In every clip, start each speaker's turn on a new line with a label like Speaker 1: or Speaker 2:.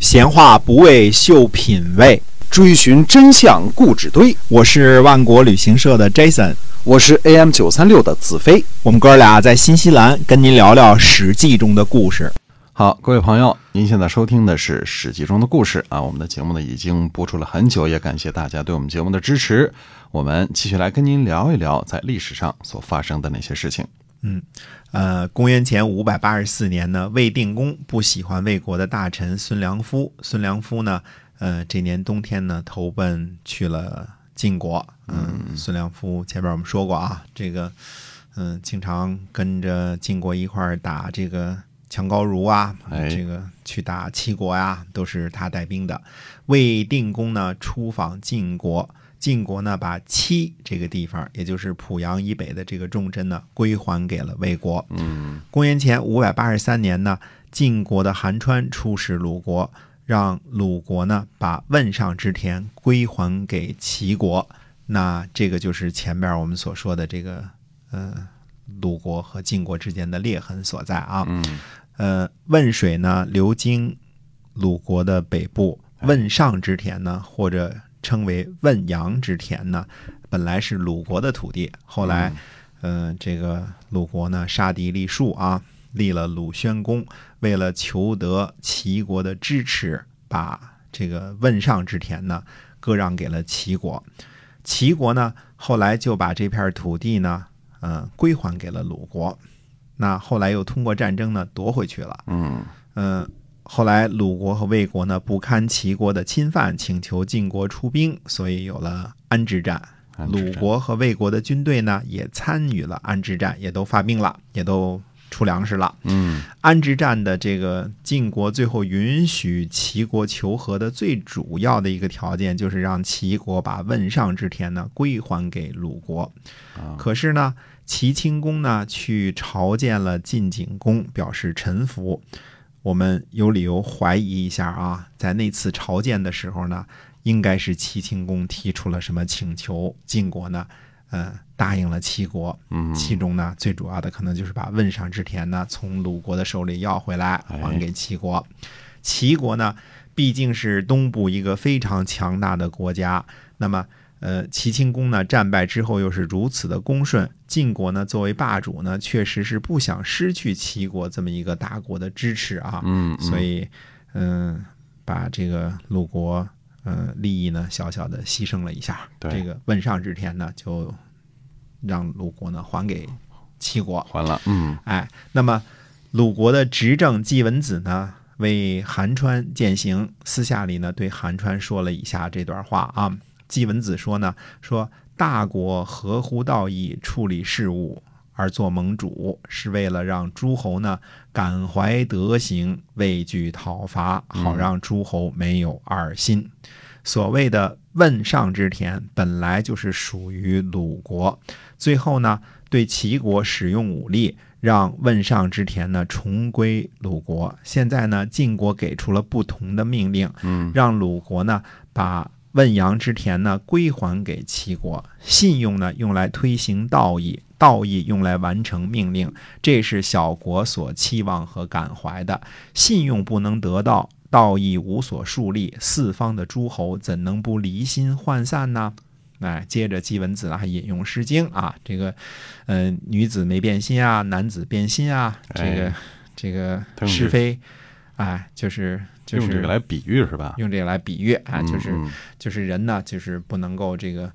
Speaker 1: 闲话不为秀品味，
Speaker 2: 追寻真相故纸堆。
Speaker 1: 我是万国旅行社的 Jason，
Speaker 2: 我是 AM 九三六的子飞。
Speaker 1: 我们哥俩在新西兰跟您聊聊《史记》中的故事。
Speaker 2: 好，各位朋友，您现在收听的是《史记》中的故事啊。我们的节目呢已经播出了很久，也感谢大家对我们节目的支持。我们继续来跟您聊一聊在历史上所发生的那些事情。
Speaker 1: 嗯，呃，公元前五百八十四年呢，魏定公不喜欢魏国的大臣孙良夫。孙良夫呢，呃，这年冬天呢，投奔去了晋国。嗯，孙良夫前面我们说过啊，这个，嗯、经常跟着晋国一块儿打这个强高如啊，
Speaker 2: 哎
Speaker 1: 这个去打齐国呀、都是他带兵的。魏定公呢，出访晋国。晋国呢，把戚这个地方，也就是濮阳以北的这个重镇呢，归还给了魏国。
Speaker 2: 嗯，
Speaker 1: 公元前五百八十三年呢，晋国的韩川出使鲁国，让鲁国呢把汶上之田归还给齐国。那这个就是前面我们所说的这个，呃，鲁国和晋国之间的裂痕所在啊。
Speaker 2: 嗯，
Speaker 1: 呃，汶水呢流经鲁国的北部，汶上之田呢，或者称为汶阳之田呢，本来是鲁国的土地，后来，呃，这个鲁国呢杀敌立树啊，立了鲁宣公，为了求得齐国的支持，把这个汶上之田呢割让给了齐国。齐国呢，后来就把这片土地呢，呃，归还给了鲁国。那后来又通过战争呢夺回去了。
Speaker 2: 嗯，
Speaker 1: 嗯，后来鲁国和魏国呢不堪齐国的侵犯，请求晋国出兵，所以有了安之战。
Speaker 2: 安置
Speaker 1: 鲁
Speaker 2: 着
Speaker 1: 国和魏国的军队呢也参与了安之战，也都发兵了，也都出粮食了。
Speaker 2: 嗯，
Speaker 1: 安之战的这个晋国最后允许齐国求和的最主要的一个条件，就是让齐国把汶上之田呢归还给鲁国。
Speaker 2: 啊，
Speaker 1: 可是呢，齐清公呢去朝见了晋景公，表示臣服。我们有理由怀疑一下啊，在那次朝见的时候呢，应该是齐清公提出了什么请求，晋国呢，呃，答应了齐国。
Speaker 2: 嗯，
Speaker 1: 其中呢，最主要的可能就是把汶上之田呢从鲁国的手里要回来，
Speaker 2: 哎
Speaker 1: 还给齐国。齐国呢，毕竟是东部一个非常强大的国家，那么。呃，齐清公呢战败之后又是如此的恭顺，晋国呢作为霸主呢，确实是不想失去齐国这么一个大国的支持啊，
Speaker 2: 嗯，
Speaker 1: 所以，嗯、把这个鲁国，嗯、利益呢小小的牺牲了一下，
Speaker 2: 对
Speaker 1: 这个汶上之田呢就让鲁国呢还给齐国，
Speaker 2: 还了，嗯，
Speaker 1: 哎，那么鲁国的执政季文子呢为韩川践行，私下里呢对韩川说了以下这段话啊，季文子说呢说大国合乎道义处理事务。而做盟主是为了让诸侯呢感怀德行，畏惧讨伐，好让诸侯没有二心。所谓的汶上之田本来就是属于鲁国，最后呢对齐国使用武力，让汶上之田呢重归鲁国。现在呢晋国给出了不同的命令，
Speaker 2: 嗯，
Speaker 1: 让鲁国呢把。汶阳之田呢归还给齐国，信用呢用来推行道义，道义用来完成命令，这是小国所期望和感怀的。信用不能得到，道义无所树立，四方的诸侯怎能不离心涣散呢？哎，接着季文子啊，还引用《诗经》啊，这个，嗯、女子没变心啊，男子变心啊，这个、
Speaker 2: 哎
Speaker 1: 这个
Speaker 2: 他用这
Speaker 1: 是非，哎，就是就是
Speaker 2: 用这个来比喻是吧？
Speaker 1: 用这个来比喻啊，
Speaker 2: 嗯
Speaker 1: 就是、
Speaker 2: 嗯
Speaker 1: 就是人呢，就是不能够这个，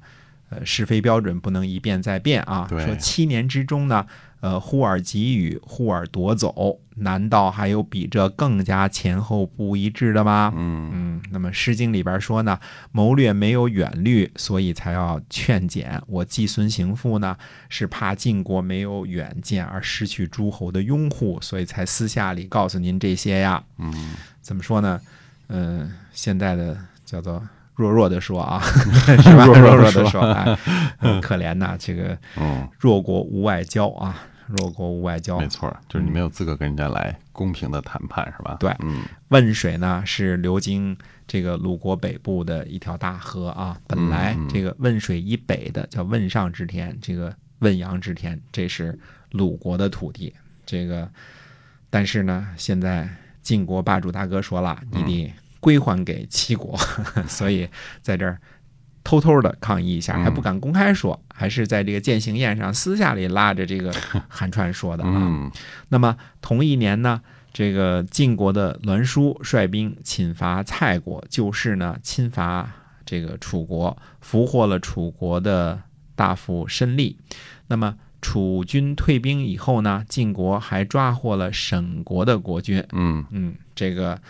Speaker 1: 呃，是非标准不能一变再变啊。
Speaker 2: 对
Speaker 1: 说七年之中呢，呃，忽而给予，忽而夺走，难道还有比这更加前后不一致的吗？
Speaker 2: 嗯
Speaker 1: 嗯，那么《诗经》里边说呢，谋略没有远虑，所以才要劝谏。我季孙行父呢，是怕晋国没有远见而失去诸侯的拥护，所以才私下里告诉您这些呀。
Speaker 2: 嗯，
Speaker 1: 怎么说呢？嗯、现在的叫做弱弱的说 啊，是吧？
Speaker 2: 弱
Speaker 1: 弱
Speaker 2: 弱地
Speaker 1: 的
Speaker 2: 说
Speaker 1: 说，哎，嗯可怜呐，这个
Speaker 2: 嗯，
Speaker 1: 弱国无外交啊，弱国无外交
Speaker 2: 没。错，就是你没有资格跟人家来公平的谈判是吧？
Speaker 1: 对
Speaker 2: 嗯，
Speaker 1: 汶水呢是流经这个鲁国北部的一条大河啊，本来这个汶水以北的叫汶上之田，这个汶阳之田，这是鲁国的土地。这个，但是呢，现在晋国霸主大哥说了，你得。归还给齐国， 所以在这儿偷偷的抗议一下，还不敢公开说，还是在这个践行宴上私下里拉着这个韩川说的啊。
Speaker 2: 嗯
Speaker 1: 那么同一年呢，这个晋国的栾书率兵侵伐蔡国，就是呢侵伐这个楚国，俘获了楚国的大夫申利。那么楚军退兵以后呢，晋国还抓获了沈国的国君。
Speaker 2: 嗯
Speaker 1: 嗯，这个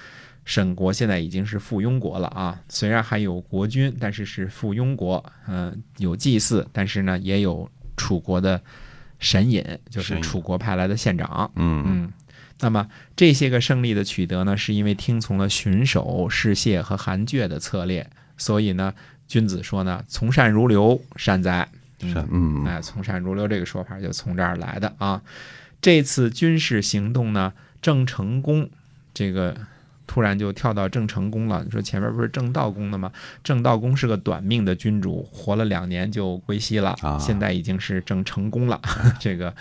Speaker 1: 沈国现在已经是附庸国了啊，虽然还有国君，但是是附庸国，嗯、有祭祀，但是呢也有楚国的神尹，就
Speaker 2: 神
Speaker 1: 是
Speaker 2: 尹
Speaker 1: 楚国派来的县长。
Speaker 2: 嗯
Speaker 1: 嗯，那么这些个胜利的取得呢，是因为听从了荀守、士燮和韩厥的策略，所以呢，君子说呢，从善如流，善哉。嗯
Speaker 2: 是嗯
Speaker 1: 哎，从善如流这个说法就从这儿来的啊。这次军事行动呢，郑成功这个突然就跳到郑成功了。你说前面不是郑悼公的吗？郑悼公是个短命的君主，活了两年就归西了，
Speaker 2: 啊
Speaker 1: 现在已经是郑成功 了。这个，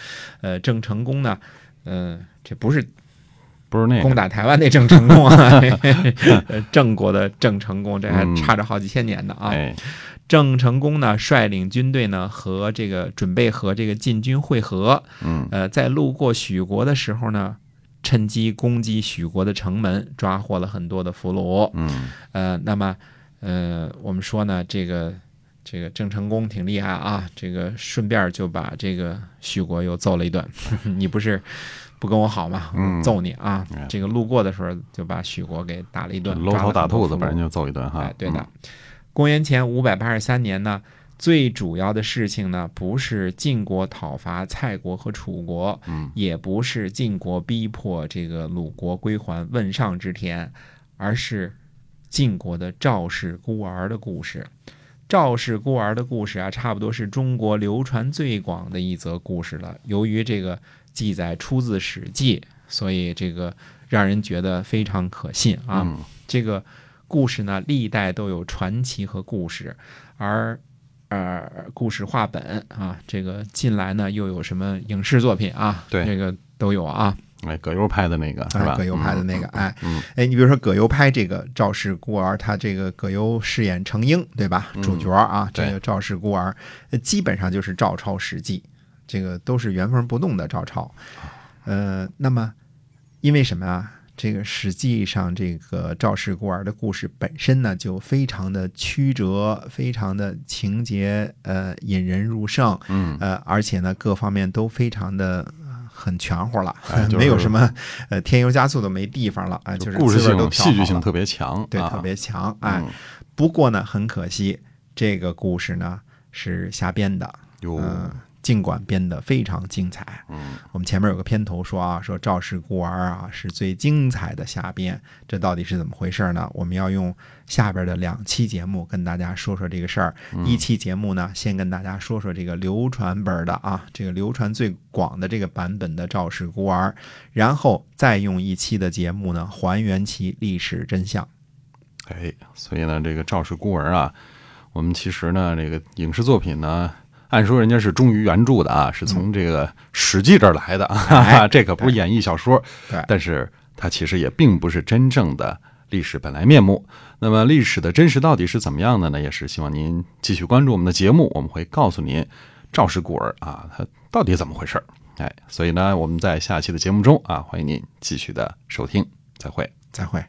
Speaker 1: 呃，郑成功呢，嗯、这不是
Speaker 2: 不是那
Speaker 1: 攻
Speaker 2: 个
Speaker 1: 打台湾那郑成功啊， 呃郑国的郑成功，这还差着好几千年呢啊。
Speaker 2: 嗯哎
Speaker 1: 郑成功呢率领军队呢和这个准备和这个晋军会合，
Speaker 2: 嗯
Speaker 1: 呃，在路过许国的时候呢，趁机攻击许国的城门，抓获了很多的俘虏。
Speaker 2: 嗯
Speaker 1: 呃，那么呃，我们说呢，这个这个郑成功挺厉害啊，这个顺便就把这个许国又揍了一顿。 你不是不跟我好吗？
Speaker 2: 嗯
Speaker 1: 我揍你啊！
Speaker 2: 哎
Speaker 1: 这个路过的时候就把许国给打了一顿，
Speaker 2: 嗯搂
Speaker 1: 抓了
Speaker 2: 头打
Speaker 1: 很多
Speaker 2: 兔子
Speaker 1: 俘虏
Speaker 2: 把人家揍一顿哈
Speaker 1: 哎，对的。公元前五百八十三年呢，最主要的事情呢，不是晋国讨伐蔡国和楚国，
Speaker 2: 嗯
Speaker 1: 也不是晋国逼迫这个鲁国归还汶上之田，而是晋国的赵氏孤儿的故事。赵氏孤儿的故事啊，差不多是中国流传最广的一则故事了。由于这个记载出自《史记》，所以这个让人觉得非常可信啊。
Speaker 2: 嗯
Speaker 1: 这个故事呢，历代都有传奇和故事，而呃，故事话本啊，这个近来呢又有什么影视作品啊？
Speaker 2: 对
Speaker 1: 这个都有啊，
Speaker 2: 嗯哎葛优拍的那个是
Speaker 1: 哎
Speaker 2: 吧？
Speaker 1: 葛优拍的那个，哎，
Speaker 2: 嗯
Speaker 1: 哎，你比如说葛优拍这个赵氏孤儿，他这个葛优饰演程英，对吧？主角啊，
Speaker 2: 嗯对
Speaker 1: 这个赵氏孤儿，呃基本上就是照抄《史记》，这个都是原封不动的照抄。呃，那么因为什么啊？这个《史记》上这个赵氏孤儿的故事本身呢，就非常的曲折，非常的情节呃引人入胜，
Speaker 2: 嗯
Speaker 1: 呃，而且呢各方面都非常的呃很全乎了，
Speaker 2: 哎就是
Speaker 1: 没有什么呃添油加醋都没地方了啊，
Speaker 2: 嗯，
Speaker 1: 就是
Speaker 2: 故事
Speaker 1: 滋味儿都
Speaker 2: 性、
Speaker 1: 调好
Speaker 2: 戏剧性
Speaker 1: 了
Speaker 2: 特别强，
Speaker 1: 对
Speaker 2: 啊
Speaker 1: 特别强哎
Speaker 2: 嗯。
Speaker 1: 不过呢，很可惜，这个故事呢是瞎编的，
Speaker 2: 哟，
Speaker 1: 嗯，尽管编得非常精彩。
Speaker 2: 嗯
Speaker 1: 我们前面有个片头说啊，说赵氏孤儿啊是最精彩的瞎编，这到底是怎么回事呢？我们要用下边的两期节目跟大家说说这个事儿。一期节目呢，先跟大家说说这个流传本的啊，这个流传最广的这个版本的赵氏孤儿，然后再用一期的节目呢还原其历史真相。
Speaker 2: 哎，所以呢，这个赵氏孤儿啊，我们其实呢，这个影视作品呢，按说人家是忠于原著的啊，是从这个《史记》这儿来的啊，哈
Speaker 1: 嗯
Speaker 2: 哈，
Speaker 1: 哎
Speaker 2: 这可不是演义小说，
Speaker 1: 对
Speaker 2: 但是它其实也并不是真正的。历史本来面目，那么历史的真实到底是怎么样的呢？也是希望您继续关注我们的节目，我们会告诉您赵氏孤儿啊，它到底怎么回事儿。哎，所以呢，我们在下期的节目中啊，欢迎您继续的收听，再会。
Speaker 1: 再会。